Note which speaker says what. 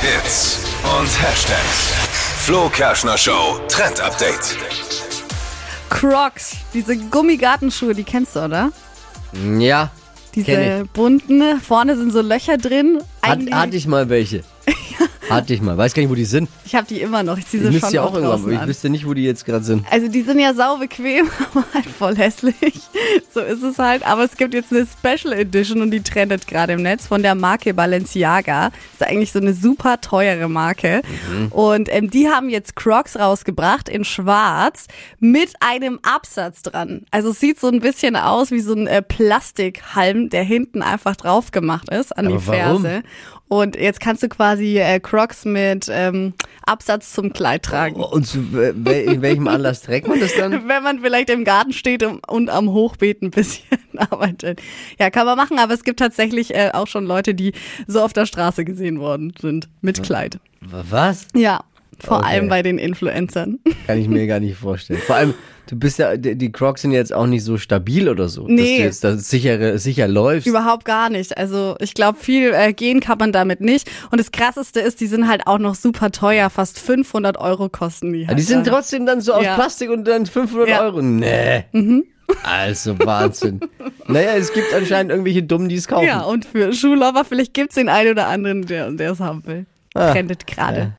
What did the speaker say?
Speaker 1: Hits und Hashtags. Flo Kerschner Show Trend Update.
Speaker 2: Crocs, diese Gummigartenschuhe, die kennst du, oder?
Speaker 3: Ja, kenn
Speaker 2: Diese bunten, vorne sind so Löcher drin.
Speaker 3: hat,
Speaker 2: Eigentlich,
Speaker 3: hatte ich mal welche. hatte ich mal. Weiß gar nicht, wo die sind.
Speaker 2: ich habe die immer noch. Ich ziehe
Speaker 3: Die
Speaker 2: sie
Speaker 3: müsst
Speaker 2: schon
Speaker 3: ihr
Speaker 2: auch
Speaker 3: auch irgendwann.
Speaker 2: draußen
Speaker 3: aber Ich
Speaker 2: an.
Speaker 3: wüsste nicht, wo die jetzt gerade sind.
Speaker 2: Also die sind ja sau bequem, aber halt voll hässlich. So ist es halt. Aber es gibt jetzt eine Special Edition und die trendet gerade im Netz von der Marke Balenciaga. Ist eigentlich so eine super teure Marke.
Speaker 3: Mhm.
Speaker 2: Und ähm, die haben jetzt Crocs rausgebracht in Schwarz mit einem Absatz dran. Also es sieht so ein bisschen aus wie so ein äh, Plastikhalm, der hinten einfach drauf gemacht ist an die
Speaker 3: Aber warum?
Speaker 2: Ferse. Und jetzt kannst du quasi äh, Crocs mit ähm, Absatz zum Kleid tragen.
Speaker 3: Und zu wel- in welchem Anlass trägt man das dann?
Speaker 2: Wenn man vielleicht im Garten steht und, und am Hochbeet ein bisschen arbeitet. Ja, kann man machen, aber es gibt tatsächlich äh, auch schon Leute, die so auf der Straße gesehen worden sind mit Kleid.
Speaker 3: Was?
Speaker 2: Ja, vor
Speaker 3: Okay.
Speaker 2: allem bei den Influencern.
Speaker 3: Kann ich mir gar nicht vorstellen. Vor allem, du bist ja, die die Crocs sind jetzt auch nicht so stabil oder so, dass
Speaker 2: Nee.
Speaker 3: du jetzt da sicher, sicher läufst.
Speaker 2: Überhaupt gar nicht. Also ich glaube, viel äh, gehen kann man damit nicht. Und das Krasseste ist, die sind halt auch noch super teuer. Fast 500 Euro kosten die.
Speaker 3: Ja,
Speaker 2: Halt
Speaker 3: die sind
Speaker 2: dann.
Speaker 3: trotzdem dann so aus
Speaker 2: Ja.
Speaker 3: Plastik und dann 500
Speaker 2: Ja. Mhm.
Speaker 3: Euro. Nee. Also Wahnsinn. naja, es gibt anscheinend irgendwelche Dummen, die es kaufen. Ah.
Speaker 2: Ja, und für Schuhlover, vielleicht gibt's den einen oder anderen, der, der es haben will. Trendet gerade.